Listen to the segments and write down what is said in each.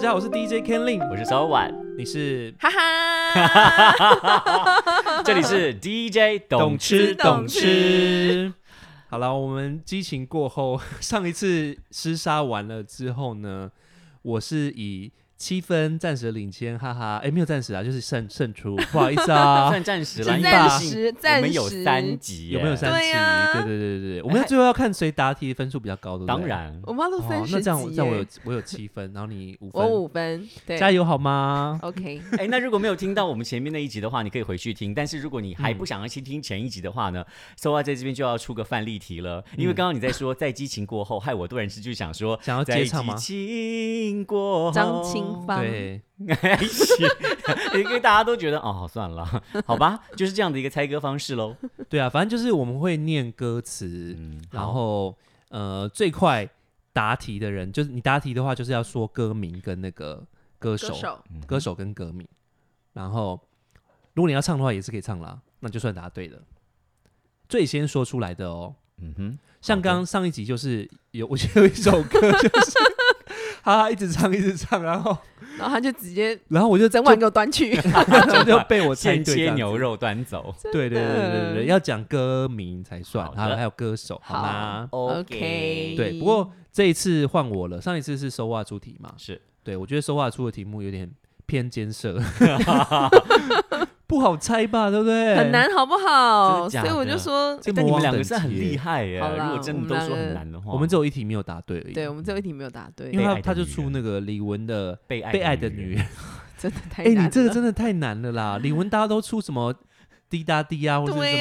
家，我是 DJ Ken Lin，我是小婉， ，你是哈 哈，这里是 DJ 懂吃懂吃。好了，我们激情过后，上一次厮杀完了之后呢，我是以七分暂时领先，哈哈，哎、没有暂时啊，就是胜胜出，不好意思啊，算暂时啦，是因为暂毕竟时我暂们有时三集耶，有没有三对期？啊对对对对对，我们最后要看谁答题分数比较高，对不对？当。然，我们要录哦分，那十这样我集这样我有耶我有七分，然后你五我分，五分，对，加油好吗？ ，OK，哎，那如果没有听到我们前面那一集的话，你可以回去听。但是如果你嗯还不想要去听前一集的话呢，搜、啊在这边就要出个范例题了，嗯因为刚刚你在说在激情过后，害我突然之就想说想要在接唱吗激情过后，张清芳，对， 哎，是因为大家都觉得哦，好算了，好吧，就是这样的一个猜歌方式喽。对啊，反正就是我们会念歌词，嗯，然好后呃，最快答题的人，就是你答题的话，就是要说歌名跟那个歌手、歌手，嗯歌手跟歌名。然后，如果你要唱的话，也是可以唱啦，那就算答对了。最先说出来的哦，嗯哼，像好的刚刚上一集就是有，我记得有一首歌就是 他一直唱一直唱，然后然后他就直接然后我就整碗给我端去，就 就被我猜现对这切样子牛肉端走。对对对对对对，嗯要讲歌名才算，好的还有还有歌手，好好啊吗？ OK 对，不过这一次换我了，上一次是收袜出题嘛，是对我觉得收袜出的题目有点偏艰 涩，不好猜吧，对不对？ 很。难好不好？真的所假的以我就说，这哎魔但你们王两个等是很级厉耶，害耶！好啦如果真的都说很难的话，我们只有一题没有答对而已。对我们最后一题没有答对因，为被爱他的他就女人出那个李玟的《被爱被爱的女女人人》，真的太哎，难了。你这个真的太难了啦！李玟大家都出什么滴答滴啊，或者对什么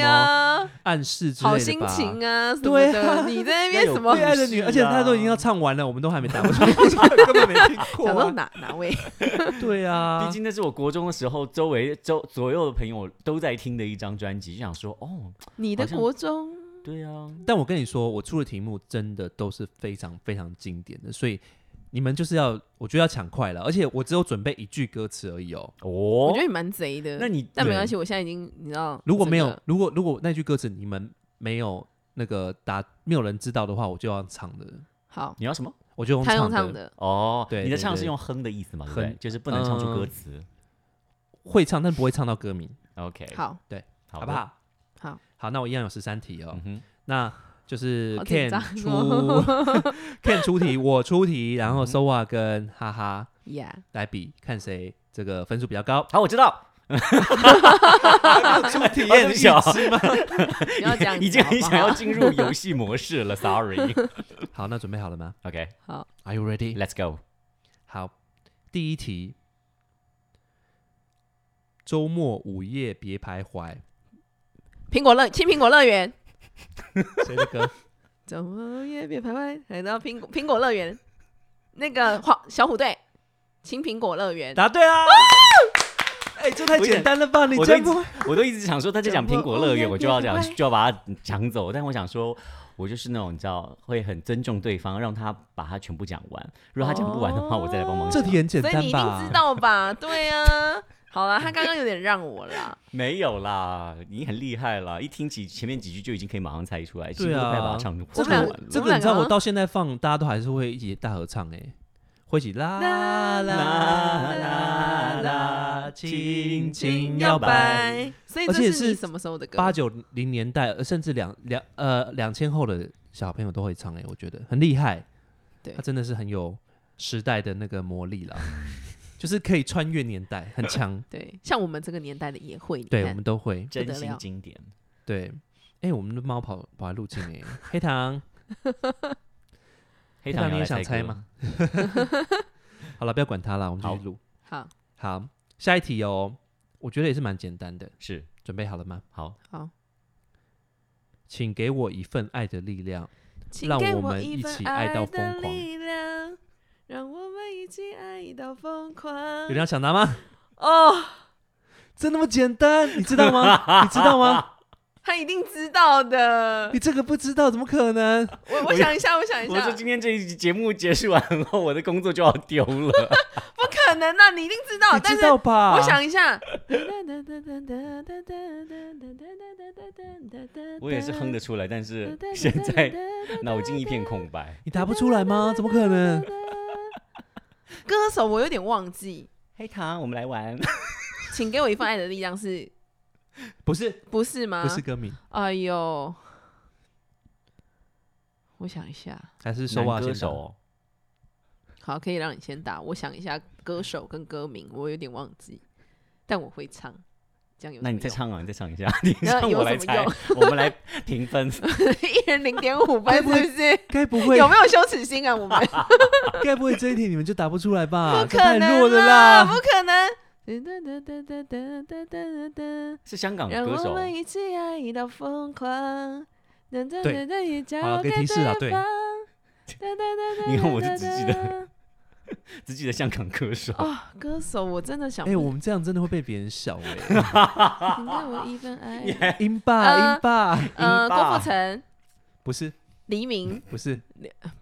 呀，暗示之类的吧？好心情啊，什对么啊的，你在那要边有什么 被？爱的女人，是而且他都已经要啊唱完了，我们都还没打过去， 根本没听过想啊、到哪 哪位？对啊毕，竟那是我国中的时候，周围周左右的朋友都在听的一张专辑，就想说哦，你的好像国中对啊，但我跟你说，我出的题目真的都是非常非常经典的，所以你们就是要，我觉得要抢快了，而且我只有准备一句歌词而已哦。我哦觉，得你蛮贼的，那你但没对关系，我现在已经你知道，如果没有，这个如果如果那句歌词你们没有那个答，没有人知道的话，我就要唱的，好，你要什么？我就用他唱用的，唱的，哦，对你的对唱对是用哼的意思嘛，对不对哼？就是不能唱出歌嗯词。会唱但不会唱到歌名， OK，，好嗯好好的不？好？好，好，那我一样有十三题哦嗯。哼，那就是好紧 Ken 张出哦 Ken 出 题，我出题，然后 Sova 跟哈哈 ，Yeah，来比，看谁这个分数比较高。好，我知道，出题验的 小吗？不要这样子， 已经很好想不好要进入游戏模式了，Sorry。好，那准备好了吗 OK，Let's 好， ？Are you ready？ go。好，第一题，周末午夜别徘徊，苹果乐青苹果乐园，谁的歌？怎么也别徘徊，来到 苹果苹果乐园，那个黄小虎队，青苹果乐园，答对啊！哎，这太简单了吧？你我这都不会我都一直想说他在讲苹果乐园，我我就要讲我也就要把它抢走，但我想说。我就是那种你知道会很尊重对方，让他把他全部讲完。如果他讲不完的话，哦我再来帮忙这讲。题很简所以单你一定吧知？道吧？ 对啊，好啦，他刚刚有点让我 啦，没有啦，你很厉害啦，一听几前面几句就已经可以马上猜出来，几乎对啊都快把它唱这唱我们完了俩个。这我个们你两知道，个我到现在放，大家都还是会一起大合唱哎，会一起啦啦啦啦啦啦啦啦，啦轻轻轻摇摇摆摆。，所以而且这是是你什么时候的歌？八九零年代，呃甚至两两呃两千后的小朋友都会唱哎、我觉得很厉害。对。他真的是很有时代的那个魔力 啦，就是可以穿越年代，很强 对，像我们这个年代的也会，你对，我看们都会。不真得心了经典。对，哎、我们的猫跑跑来入境 哎、黑糖，黑那糖你也要来想猜歌吗？好了，不要管它啦，我们继续录。好好，下一题哦，我觉得也是蛮简单的，是，准备好了吗？好，好，请给我一份爱的力量。请让给我们一一份起爱爱到的疯狂力量，让我们一起爱到疯狂。有人要抢答吗？哦，这嗯那么简单， 你知道吗？你知道吗？他一定知道的你。这个不知道怎么可能？ 我我想一下，我想一我下说，今天这一集节目结束完后，我的工作就要丢了。不可能啊！你一定知道，你但知是道吧？我想一下， 我也是哼得。出来，但是现在脑筋一片空白。你答不出来吗？怎么可能？ 歌手我有点忘记，黑糖，我们来玩。请给我一份爱的力量是不是不是吗？不是歌名，哎呦，我想一下，还是手男啊歌先手手。哦，好，可以让你先打。我想一下歌手跟歌名，我有点忘记，但我会唱。这样有什么那用？你再唱啊，你再唱一 下，你那让有我来什么猜用，我们来评分。 一人零 点五分，是不是？该不会有没有羞耻心啊？我们 该不会这一题你们就答不啊出来吧？不这可太弱能了啦，不啦！可能。哒哒哒哒哒哒哒哒是香港让歌我手，们一起爱到疯狂。哒哒对哒哒，也交好了给给提示了对方哒哒哒哒，你看我是只记得得只记得香港歌手。啊，歌手我真的想哎，不我们这样真的会被别人笑哎。应该我一分爱。 英呃霸，英霸，呃，英霸郭富城、不是，黎明，不是，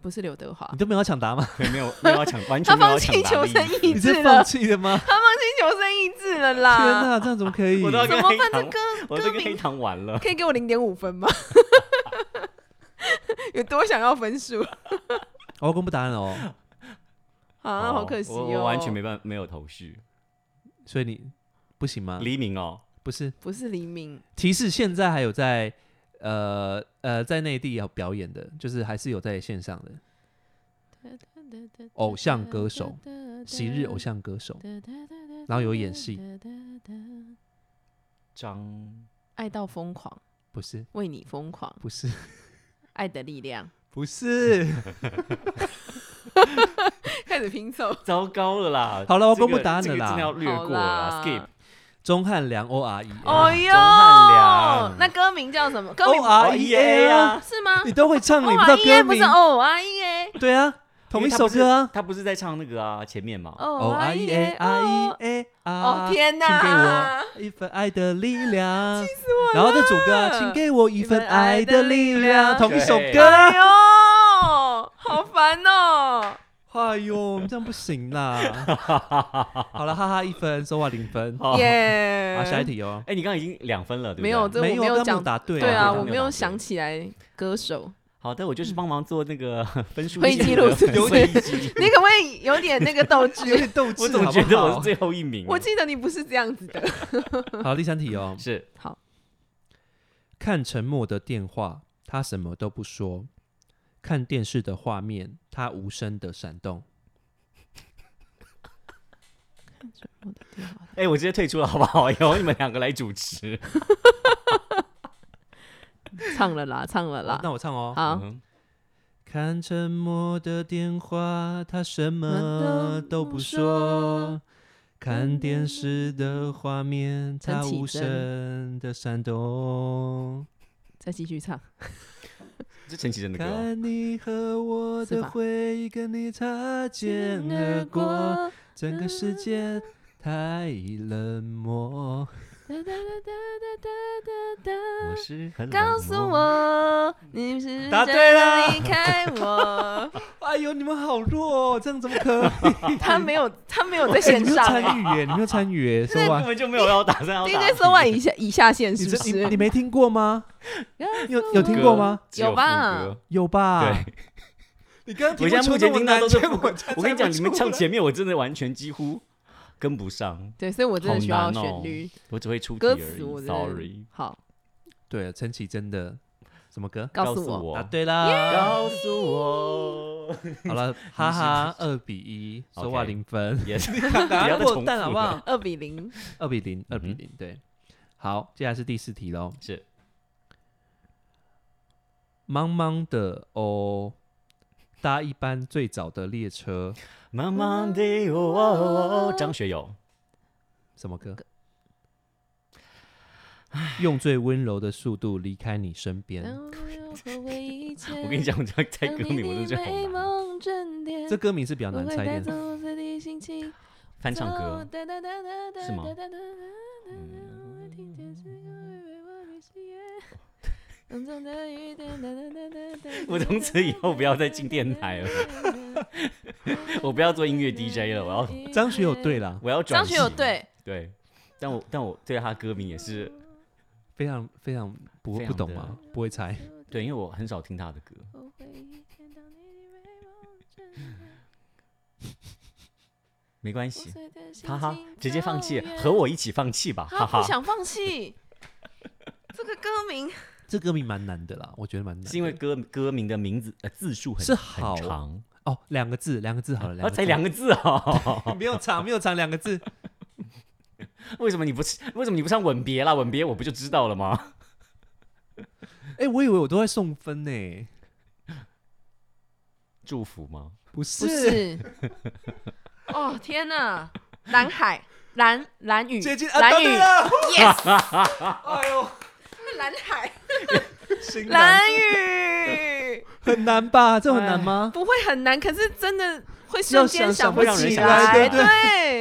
不是刘德华 你，都没有要抢答吗？对，没有没有要抢，完他全没有放要抢弃答求力。生你意志是了，放弃了吗？天他放弃求生意志了啦！哪，这样怎么可以？我都要怎跟么黑办？这糖，歌我都歌跟名黑糖玩 了。可以给我零点五分吗？ 有多想要分数我要公布答案哦，啊？哦好可惜我哦，我完全没办法，没有头绪。所以你不行吗？黎明哦，不是，不是黎明，提示现在还有在呃呃在内地有表演的，就是还是有在线上的偶像歌手，昔日偶，像歌手，然后有演戏，张爱到疯狂，不是为你疯狂，不是 爱的力量，不是， 开始拼凑。 糟糕了啦！好了我这个公布答案了这个啦真的要略好过了啦啦，skip。钟汉良 O R E，哦啊呦，钟汉良那歌名叫什么？歌名哦 O R E A 啊，是吗你都会唱，你？O 不 R 知道 E A 歌不名是？O R E A 对啊，同一首歌啊。他不是在唱那个啊前面嘛？ O O R R E E A A R I E E A 啊！哦天请给哪我一份爱的力量，气死我然后这主歌啊，请给我一份一份爱爱的的力力量，量同一首歌啊。哎呦，好烦哦！哎呦，这样不行 啦！好了，哈哈，一分，收话零分。好，耶、下一题哦。哎，你刚刚已经两分了，对不对？没有，这我没没有刚有刚没讲有答对啊对啊，对我没没有答有对想起来歌手，好的，我就是帮忙做那个 分数嗯会议记录的是不是有会议记录。你可不可以有点那个斗有志？点斗我志，总好觉不得我是好？最后一名。我记得你不是这样子的，好，第三题哦。是看沉默的电话，他什么都不说；看电视的画面，他无声的闪动。哎、我直接退出了好不好？ 由你们两个来主持。唱了啦，唱了啦那。我唱哦。好，嗯看沉默的电话，他什么都不说；看电视的画面，他无声的闪动。再继续唱。这陈绮贞的歌哦、看你和我是的吧回忆跟你擦肩而过，，整个世界太冷漠。我是很告诉我，你是答真对的啦离开我。哎呦，你们好弱哦，这样怎么可以？ 他没有，他没有在哎线你没有上参欸。与耶，你没有参与耶，说我完根。本就没有要打算要打 DJ 说完以下以下线你是不这你是你？没听过吗？你有有 听歌过吗？？只有有吧副歌有吧？对，你刚刚我现在目前听到都是副歌我我跟你讲，你们唱前面我真的完全几乎跟不上，对，所以我真的需要好难哦旋律、我只会出题歌而词，已。我真的 Sorry，好，对啊陈绮贞的什么歌？告诉诉我，答啊对啦！告诉 我。好 了，哈哈，二比一，说话 OK 零分。也是答要案再重过复蛋好不好了？二比零，二比零，二比零，对。好，接下来是第四题喽。嗯是茫茫的哦，搭一班最早的列车，慢慢的我，张学友。什么歌？用最温柔的速度离开你身嗯边。我我跟你，讲，我这猜歌名我都觉得好难。这歌名是比较难猜一点，点。翻唱歌，是吗？嗯 我从此以后不要再进电台 了。我不要做音乐 DJ 了，我要 张学友对啦，我要转张学友系对，对，但我但我对他歌名也是非常非常不非常不懂的吗？不会猜。对，因为我很少听 他的歌。没关系，哈哈哈，直接放弃，和我一起放弃吧，哈他不哈。想放弃。 这个歌名这歌名蛮难的啦，我觉得蛮难的。是因为歌歌名的名字呃字数很是好很长，哦，两个字，两个字好了，啊，个才字两个字 哦。没有长，没有长两个字。为什么你不是？为什么你不唱吻别啦？吻别我不就知道了吗？哎、我以为我都会送分呢，祝福吗？不不是？是。 哦天哪！蓝海，蓝蓝雨，接近啊，答蓝雨对了！ ，yes， 哎呦，蓝海，新郎蓝雨，很难吧？这很难吗？不会很难，可是真的会瞬间要想想不不起起来来。对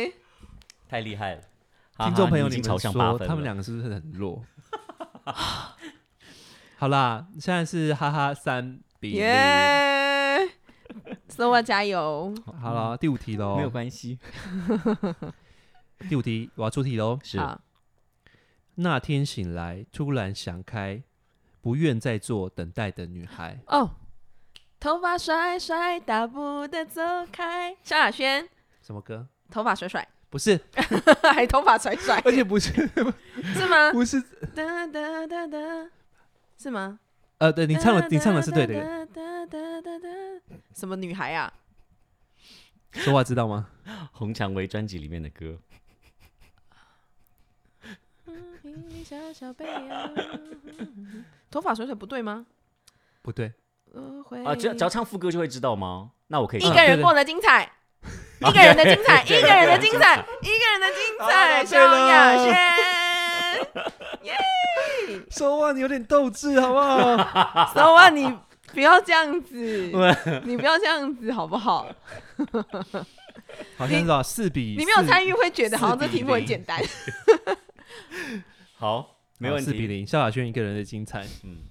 对，太厉害了！哎哈哈听众朋友，你已你经们朝向八说分他们了两个是不是很弱？ 好啦，现在是哈哈三比零。耶，Sova 加油！好了，第五题喽，没有 关系，第五题，我要出题喽。是好，那天醒来，突然想开，不愿再做等待的女孩。哦，头发甩甩，大步的走开。萧亚轩，什么歌？头发甩 甩，不是，还头发甩 甩，而且不是，是吗？不是。哒哒哒哒，是吗？呃，对你唱的，你唱的是对 的。哒哒哒哒哒，什么女孩啊？说话知道吗？洪蔷薇专辑里面的歌。小小贝儿，头发甩甩不对吗？不对，呃会啊，只要只要唱副歌就会知道吗？那我可以一唱嗯个人对啊过得精彩，一个人的精彩，一个人的精彩，一个人的精啊彩，萧亚轩。 说话你有点斗志好不好？ So 啊，你不要这样子，你不要这样子好不好？ 好像是吧，四比你没有四参与会觉得好像这题目很简单。好，没问四比题。零，萧亚轩一个人的精彩。嗯，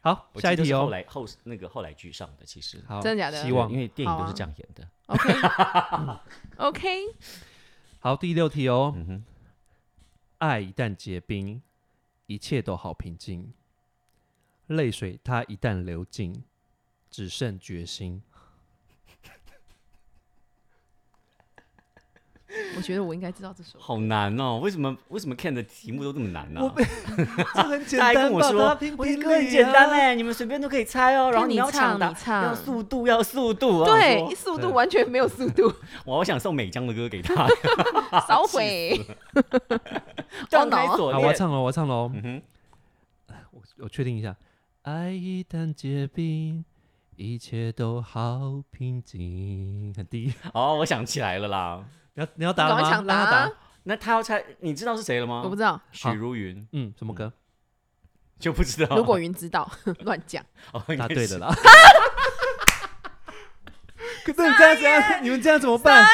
好，我记下得一题是后哦。来后那个后来居上的，其实好，真的假的希望因为电影好都啊是这样演的。 OK OK，好。第六题哦，嗯啊哼，爱一旦结冰，一切都好平静；泪水它一旦流尽，只剩决心。我觉得我应该知道这首。好难哦，为什么为什么看的题目都这么难呢我？ 这很简他还跟我说，我啊一个很简单嘞。哎，你们随便都可以猜哦。然后看你要抢唱答你，唱要速度，要速度。然后我对，说一速对度完全没有速 度，我好想送美江的歌给 他，啊烧毁。哦张开锁好，我要链。唱了，我要唱喽。嗯哼，我我确定一下，爱一旦结冰，一切都好平静。很低，哦，我想起来了啦。你要你要答赶了快吗？抢答让他啊答。！那他要猜，你知道是谁了吗？我不知道，许茹芸嗯，什么歌？就不知道。如果云知道， 乱讲。 哦，应该答对是了。啦。 可是你这样怎样？你们这样怎么办？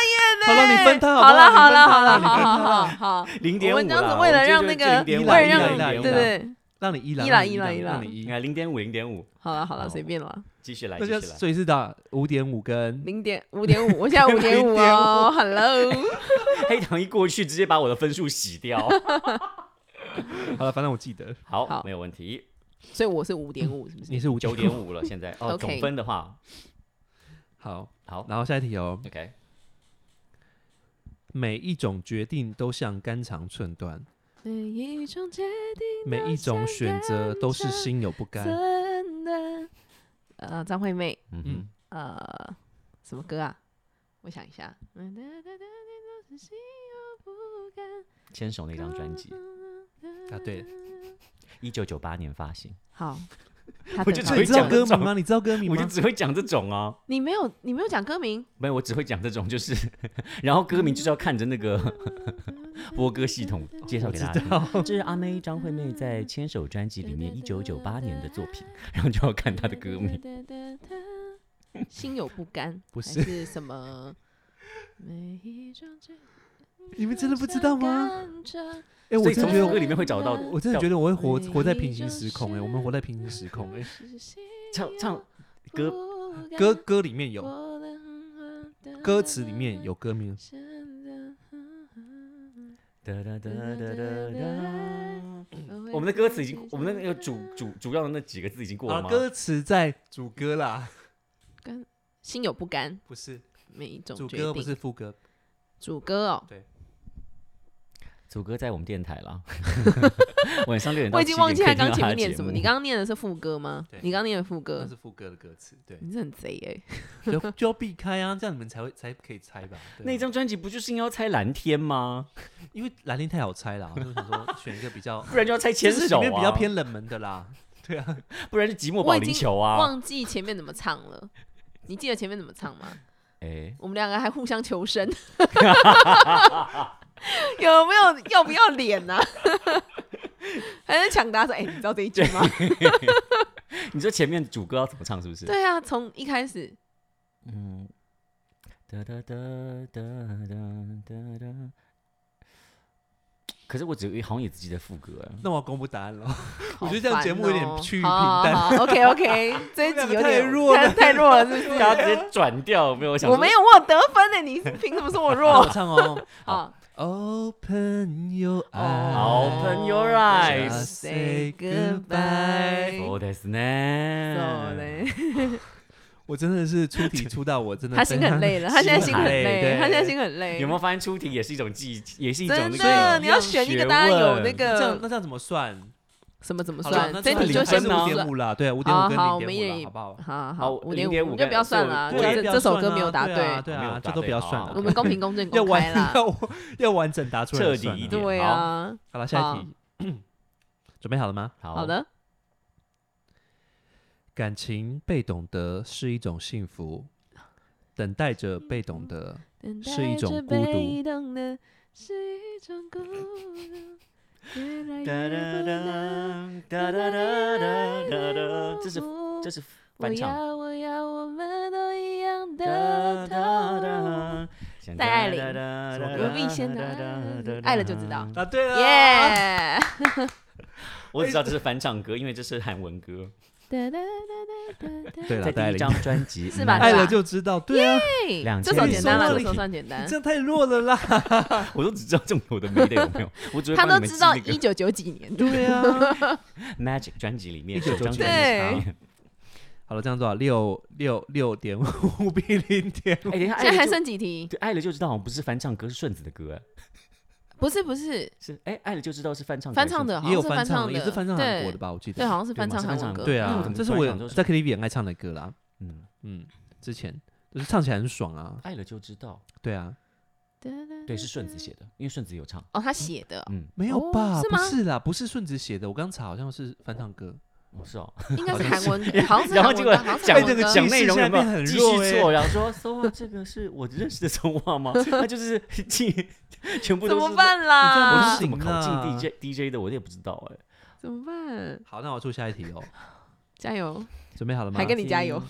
好了，你分他好好不好了欸好了好了你分好他好你分他好好，零我点五们这样子为了让那个，零点为五，了一啦一啦让对一啦对，让你一啦，一啦让你一啦让你应一。该零点五，零点五，好了好好了，随便了。继续来，那继就续来。所以是打五点五跟零点五点五，我现在五点五哦，Hello， 黑糖一过去，直接把我的分数洗 掉。好了，反正我记得好，好没有问题，所以我是五点五，是不是？你是五 九九点。五了，现在哦， OK 总分的话，好，好然后下一题哦， ，OK，每一种决定都像肝肠寸断，每一种决定，每一种选择都是心有不甘。真的。呃，张惠妹，嗯嗯哼，呃，什么歌啊？我想一下。牵手那张专辑，答对了，一九九八年发行， 好，他我的就老只你会知师道讲歌名吗？你知道歌名我就吗？只会讲这种啊，你没有，你没有讲 歌名，没有，我只会讲这种，就是， 然后歌名就是要看着那个 播歌系统介绍给大家听。这是阿妹张惠妹在《牵手》专辑里面一九九八年的作 品，然后就要看她的歌名。心有不甘，不还是是 什么？每一种决你们真的不知道吗？？哎，我所以真的觉从得这我个里面会找到，我真的觉得我会活每活在一平行种时空哎、选我们活在平行时空哎、唱唱歌歌歌里面有，有歌词里面有歌名，哒哒哒哒哒哒。我们的歌词已经，我们的那个主主主要的那几个字已经过啊了，吗？歌词在主歌啦，心有不甘，不是每一种主决歌不定是副歌，主歌哦，祖哥在我们电台 啦，晚上六点到我已经忘记他他刚前面念什么。你刚刚刚念的是副歌吗对？你刚刚念的副歌那，是副歌的歌词， 对，你是很贼哎、就就要避开啊，这样你们才会才可以猜吧。对啊那张专辑不就是应该要猜蓝天吗？因为兰陵太好猜了，我就想说选一个比 较 不然就要猜其牵实手里啊，面比较，偏冷门的啦。不然就寂寞我保已龄经球啊。 忘记前面怎么唱 了。你记得前面怎么唱吗？哎，我们两个还互相 求生，有没有要不要脸呢、啊？ 还在抢答说：“哎、你知道这一句吗你说前面主歌要怎么唱？是不？”是？ 对啊，从一开始，嗯，哒哒哒哒哒哒哒。可是我只好像也只记得副歌啊，那我要公布答案了，我好觉得这样烦节目有点哦趋于好好平淡好 OK OK，这一集 我们两个有点太弱了啊太太弱了，是 不是？大啊家直接转掉，有没有？我想我说没有，我有得分的，你凭什么说我那我 弱 唱哦啊？ ，Open 哦 your 好 eyes。 Open your eyes. Just Say goodbye。そうですね。走嘞， 我真的是出 题出到我真的他心很累了，他现在心心很很累累对，他现在心很累。有没有发现出题也是一种技，也是一种真那个的，你要选一个大家有那这样那个这样怎么算？什么怎么好了，呃算那，这样题就零分呢先不五算点。五啦，对，五点五啊跟好我零们点五也啦，好不好？好好，好五0.5点我们就不要算了啊，对这啊不个要这首算歌啊没有答对啊，对没有啊，答这都对不要好算好了我，们公平公正 要公完。开啦 要要完整答出来彻就底算了，一点对啊，好了，下一题， 准备好了吗？好好，的，感情被懂得是一种幸福，等待着被懂得。嗯是一种孤独等待着被动的是一种孤独。越来越哒哒不能哒哒哒哒哒哒，这是这是翻唱。我要，我要，我们都一样哒的哒痛苦。哒，戴爱玲我必先拿爱了就知道答对了， 耶！我只知道这是翻唱歌，因为这是韩文歌，哒哒哒哒哒对在了，戴第一琳张，专辑是吧爱了就知道，对啊，嘿2000这首简单了，你这说首算简单你这。样太弱了 啦，我都只知道这种有的没的，有没有？我只会他帮你都们知记道那个一九九几年的，对啊。 Magic 专辑里面1999首张专辑对里面。好了，这样多少？六六六点五 比零点哎，五，等一下，现在还剩剩几题？对，爱了就知道好像不是翻唱歌，是顺子的歌，哎不是不是，是哎，爱了就知道是翻唱歌，翻唱的，好也有像是翻唱唱，的，也是翻唱韩国的对吧？我记对，得。好像是嗯对翻嘛唱是韩翻唱国歌。对那我啊怎，么这是突然我想说是在 KTV 也很爱唱的歌啦。是。嗯，嗯，之前就是唱起来很爽啊。爱了就知道，对啊，对，是顺子写的，因为顺子有唱。哦，他写的嗯，没有哦吧？是不吗是啦，不是顺子写的，我刚查好像是翻唱歌。哦是哦。 应该是韩文 歌，好像是然后韩结果文歌，好像是讲韩哎这这文个个歌讲记内事容有现在没有变很继弱续哎错？然后说搜啊，这个是我认识的搜啊吗？他就是进全部怎都么是？办你我这样是 啦？怎么考啊进 DJ DJ 的，我也不知道哎。怎么办？好，那我出下一题哦。加油！准备好了吗？还跟你加油，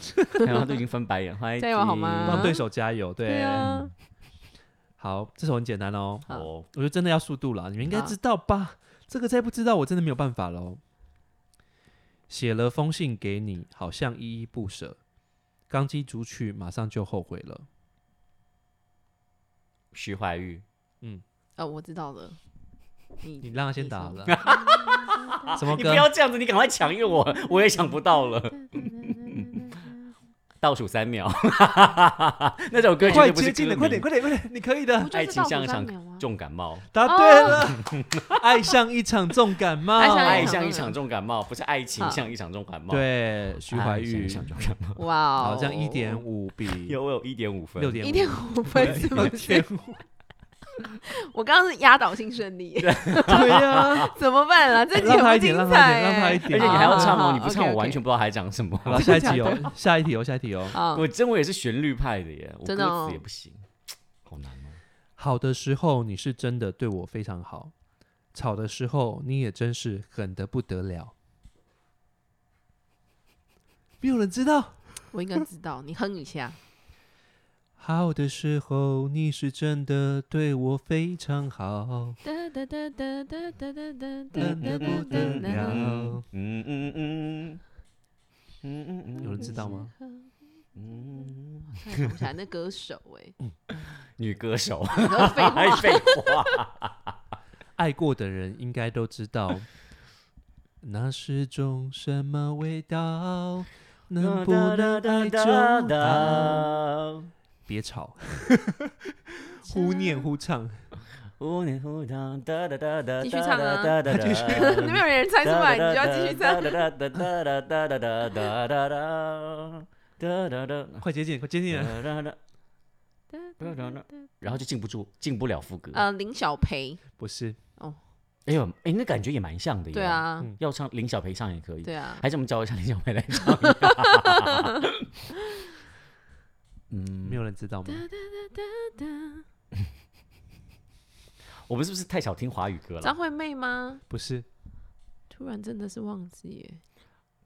然后他都已经翻白眼，嗨，加油好吗帮对手加油。对，对啊，好，这首很简单哦，好哦，我觉得真的要速度了，你们应该好知道哦吧？这个再不知道，我真的没有办法喽。写了封信给你，好像依依不舍，刚击出去马上就后悔了。徐怀钰，哦，我知道了，你你让他先打好你了， 什么你不歌？要这样子，你赶快抢，因为我我也想不到了。倒数三秒， 那首歌绝快 对不是接近了，歌快点，名。快点，快点，你可以 不的。就爱是情倒像数一场三秒吗？重感冒，答对了， 爱上一场重感冒。爱上一爱场像一重场感重感冒，不是爱情好像一场重感冒。，哎对，徐怀像一钰。场重感冒。哇好，哦，这样一点五比有我有一点五分，六点一点五分是不是？我刚刚是压倒性胜利， 对呀，怎么办啦？这集让他很一不精点，让他一彩点，让他一点。而欸，且你还要唱好好哦，你不唱我 OK，OK 完全不知道还讲什么。好了，下一真题的假哦，下一题哦，下一题哦。好我真我也是旋律派的耶，我真的歌哦词也不行，好难哦。好的时候你是真的对我非常好，吵的时候你也真是狠得不得了。没有人知道，我应该知道，你哼一下。好的时候你是真的对我非常好，哒哒哒哒哒哒哒哒狠得不得了。嗯嗯嗯嗯嗯嗯有人知道吗？嗯，想不起来那歌手哎，女歌手，你都废还 话。废话，爱过的人应该都知道，那是种什么味道？能不能爱就好？别吵，忽念忽唱，忽念忽唱，哒哒哒哒，继续唱啊哒哒哒继续没有人猜出来，你就要继续哒唱。哒哒哒哒哒哒哒哒哒哒哒哒哒。快接近，快接近了。然后就进不住，进不了副歌。呃，林小培，不是，哎呦，哎，那感觉也蛮像的。对，啊，嗯要唱林小培唱也可以。对啊，还是我们找一下林小培来唱。 嗯没，有人知道吗？我们是不是太少听华语歌了张？惠妹吗？不是，突然真的是忘记耶。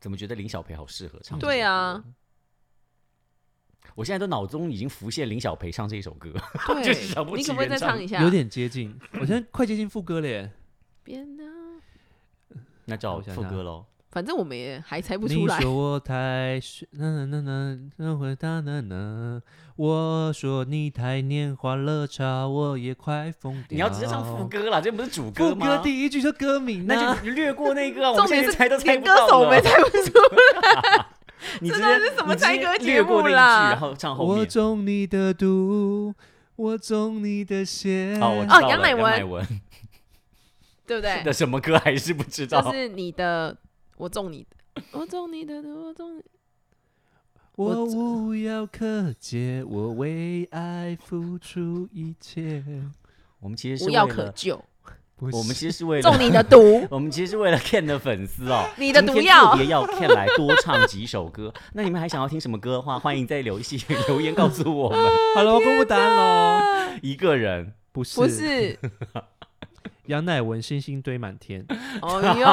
怎么觉得林小培好适合唱？对，啊，我现在都脑中已经浮现林小培唱这一首歌。 对就是想不，起你可不可以再原唱唱一下？有点接近，我现在快接近副歌了耶。别闹，那找我想副想歌喽。反正我们也还猜不出你来。说我太虚，那那那那回答那那，我说你太年华热茶，我也快疯掉。你要直接啊唱副，歌啦，这不是主副歌吗？歌第一句就歌名呢、那就略过那个 啊。我们重现点在是猜都猜连不歌到手我们了也猜不出来。你这直到接底是什你么直猜接歌节略过那目一句啦然后唱后我面。中你的毒，我中你的邪。哦，我我知道哦了杨乃文乃文对不对的？什么歌还是不知就道？是你的，我中你的，我中你的，我中你。我我无药可解，我为爱付出一切。我们其实是无为药可了，救，不我们是其实是为中了，，你的毒我们其 实是为了 Ken 的粉丝哦。你的今毒天药特别要 Ken 来多唱几首歌。那你们还想要听什么歌的话，欢迎在留一些 留言告诉我们。好了，我公布答案喽。一个人，不是，不，是？杨乃文星星堆满天。这首哦哟，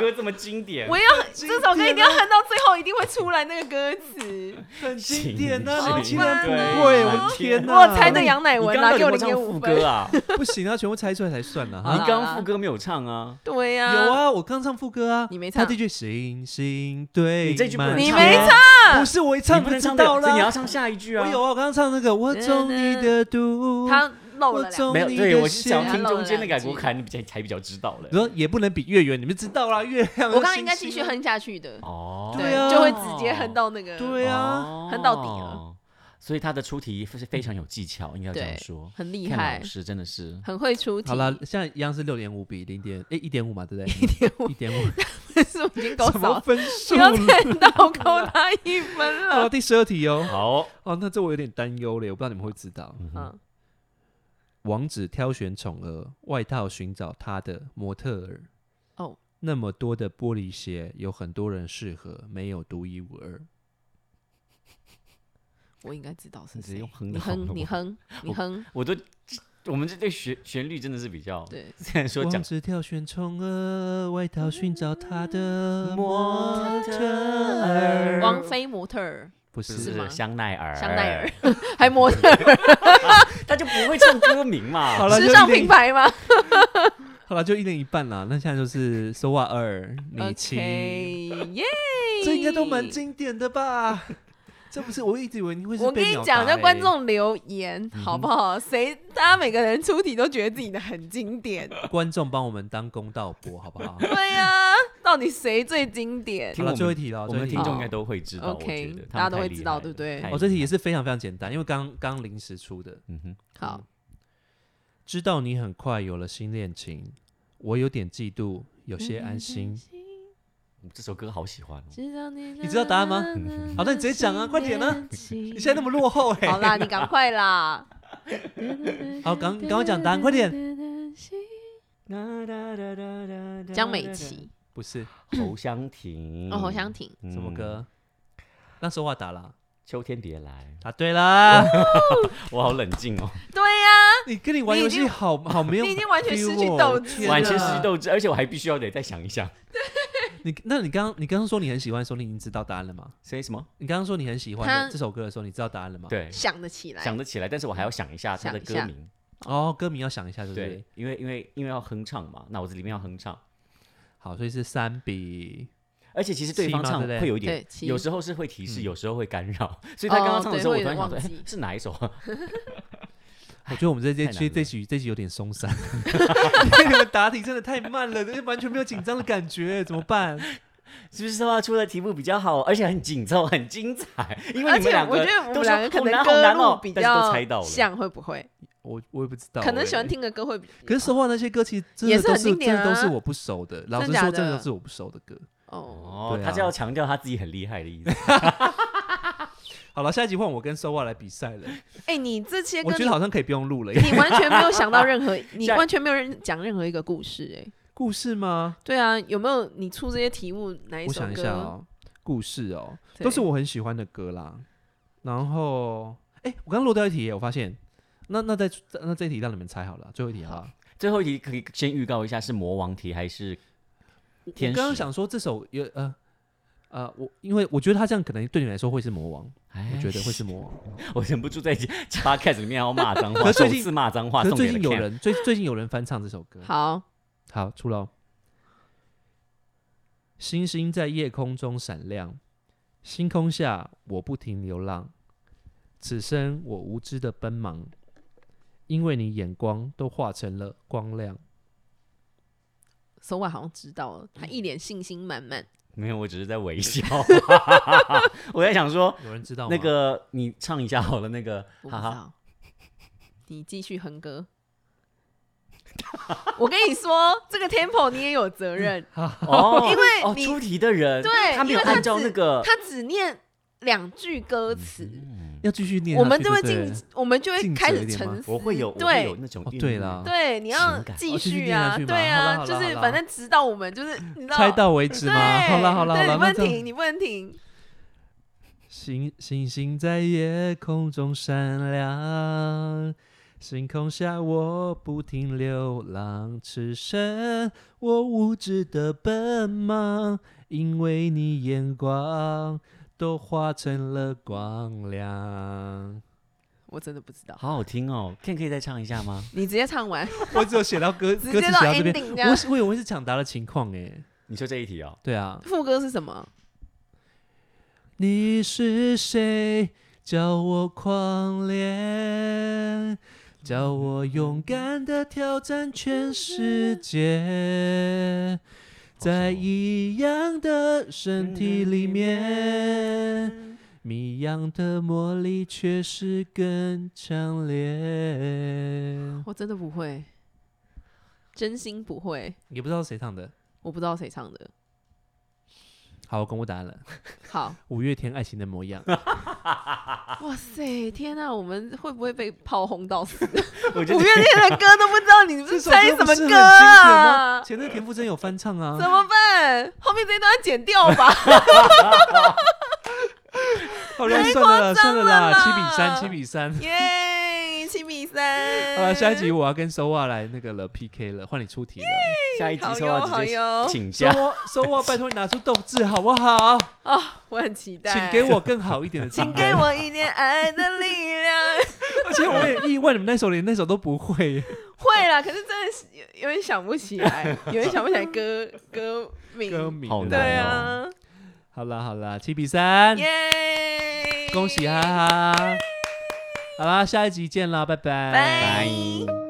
歌啊这么经典我，要哎这首歌一定要哼到最后，一定会出来那个歌词。很经经典典啊呐、呐你你竟竟然然不不会，会我我的的天天呐呐、我猜的那杨乃你文刚啦，刚给我有没有零点唱五副分歌。 啊？不行啊，全部猜出来才算啊！好你啊啦刚刚副歌没有唱啊？对呀，有，啊，我刚唱副歌啊，你没他唱这句星星对，你这句不能你唱没啊唱，不是我一唱你不就能知唱这道个，所以你要啦。唱下一句我啊。有啊，我刚刚唱那个我中你的毒，他漏我了两。中没有，你对我的是血想要他听漏中了间那两个，啊我句看你比较才比较知道嘞你。说也不能比月圆，你们知道啦，月亮。我刚刚应该继续。哼下去的，哦，对啊就会直接哼到那个，对啊，哦哼到底了。所以他的出题是非常有技巧，应该要这样对说。很厉 Ken 害老，师真的是很会出题。好 了，现在一样是六点五比零点，哎，一点五嘛，对不对？一点五，一点 五，是我已经够什少么了，分数不？要再倒扣他一分好了，了。第十二题哦。好。哦，那这我有点担忧嘞，我不知道你们会知道。嗯，网址挑选宠儿，外套寻找她的模特儿。哦，那么多的玻璃鞋，有很多人适合，没有独一无二。我应该知道是你直接谁用。哼你的好了哼，你我哼，你哼，我都，我们这对旋旋律真的是比较，对，虽然说网讲址挑选宠儿，外套寻找她的模特特儿。王菲模特儿，不就是是吗是香奈儿，香奈儿，，还模特儿，他就不会唱歌名 嘛。好了，就时一尚人品牌吗好了，就一人一半啦。那现在就是《SOA 二》，你七？OK，耶，这应该都蛮。经典的吧？这不是，我一直以为你会是我跟被你秒讲，答让观欸众留言好不好？谁，大家每个人出题都觉得自己的很经典，观众帮我们当公道伯，好不好？对呀，到底谁最经典？好我了，们最后一题了，我最后们一题 听了众应该都会知道，我觉 OK，得大家都会知道对不对哦，这题也是，是非常非常简单，因为刚刚临时出的。嗯哼，好，知道你很快有了新恋情，我有点嫉妒，有些安嗯心。这首歌好喜欢哦。知道你，你知道答案吗？嗯好那你直接讲啊快点啊你你现在那么落后哎、好啦，你赶快啦！ 好赶赶快讲答案快嗯点。江美，琪，不是侯湘婷，哦，侯湘婷，嗯什么？歌？那说话打了，秋天别来，答对啦！ 我好冷静哦，对呀，你跟你玩游你已戏经好好没有，哦你已经完全失去斗志了完全失去。斗志，而且我还必须要得再想一想。你那你刚刚你刚刚说你很喜欢的时候，你已经知道答案了吗？谁什么？你刚刚说你很喜欢他的这首歌的时候，你知道答案了吗？，对，想得起来，想得起来，但是我还要想一下它的想一歌下名。哦，歌名要想一下，对不对对？，因为因为因为要哼唱嘛，脑子里面要哼唱，好，所以是三比而且其实对七方吗唱对不对会有一点对，七有时候是会提示，有时候会干扰，所以他刚刚哦唱的对时候，我会有突然点想说，忘哎记，是哪一首啊？我觉得我们这这太难这了这局这局有点松散， 因为你们答题真的太慢了，这完全没有紧张的感觉，怎么办？是不是说出的题目比较好，而且很紧凑、很精彩？因为而你且们两我个觉得我们都两说个可好能难好歌难路哦比，但是都较猜到了。哎像，会不会？我我也不知道欸，可能喜欢听的歌会比。可是实话，那些歌其实真也的是都很是经典真的都是啊我不熟的。老实真假说，真的的都是我不熟的歌。哦，哦，对啊他是要强调他自己很厉害的意思。好了，下一集换我跟 Sowa 来比赛了。哎，你这些我歌觉得好像可以不用录了耶。 你完全没有想 到任何，你下完全没有人讲任何一个故事哎。故事吗？对啊，有没有你出这些题目哪一我首想一下歌？哦，故事哦，对都是我很喜欢的歌啦。然后，哎、我刚刚漏掉一题耶，我发现。那那再那这一题让你们猜好了，最后一题好了。最后一题可以先预告一下，是魔王题还是我天使？刚刚想说这首有呃呃，我因为我觉得他这样可能对你来说会是魔王，哎，我觉得会是魔王。 我忍不 住在 podcast 里面要骂脏话，可是首最近次骂脏话可送是最给了近有 Ken 人最最近有人翻唱这首歌，好，好，出喽。星星在夜空中闪亮，星空下我不停流浪，此生我无知的奔忙，因为你眼光都化成了光亮。手腕好像知道了，他一脸信心满满。没有，我只是在微 笑。我在想说，有人知道吗？那个你唱一下好了，那个我不哈知哈，道，你继续哼歌。我跟你说，这个 tempo 你也有责任，哦，因为哦你出题的人，对他没有因为他按照只那个，他只念两句歌嗯词，要继续念下去，我们就会对进不对，我们就会静止开一始点吗沉 思。我会有，我会嗯对有那种哦韵律对啦对，你要情感继哦继续续念啊，下去吧对好啊，啦就好啦好是啦反正直到我们就是你知道，猜到为止对，吗？好啦好啦好对，啦，你不那能这样停，你不能停。星星星在夜空中闪亮，星空下我不停流浪，此生我无知的奔忙，因为你眼光都化成了光亮。 我真的不知道，好好听哦。Ken 可以再唱一下吗？你直接唱完，我只有写到歌直歌词接写到到这边， ending 这样我。是我以为是抢答的情况诶，你说这一题 哦，对啊，副歌是什么？你是谁？叫我狂恋，叫我勇敢的挑战全世界，在一样的身体里面，谜一样的魔力却是更强烈。我真的不会，真心不会， 也不知道谁唱的。我不知道谁唱的。好，我公布答案了，好，五月天《爱情的模样》。啊哇塞，天啊，我们会不会被炮轰到死？五我觉得月天的歌都不知道你是 这首猜歌什不么是很经典歌吗？啊？前阵田馥甄有翻唱啊。怎么办？后面这一段要剪掉吧。好了，算了啦，算了啦，啦七比三，七比三。耶，七比三。好了，啊下一集我要跟 Sowa 来那个了 PK 了，换你出嗯题了。下一集好说要哟好直接哟请假。 Sowa Sowa，拜托你拿出斗志好不好？我很期待。请给，我更好一 点的答案请给。我一点爱的力量。而且我也意外，你们那首连那首都不会耶。会啦，可是真的是有有点想不 起来，有点想不起来歌歌名。歌迷好 对难哦啊，好啦好啦，七比三，耶！恭喜哈哈。好啦，下一集见啦，拜拜。拜拜。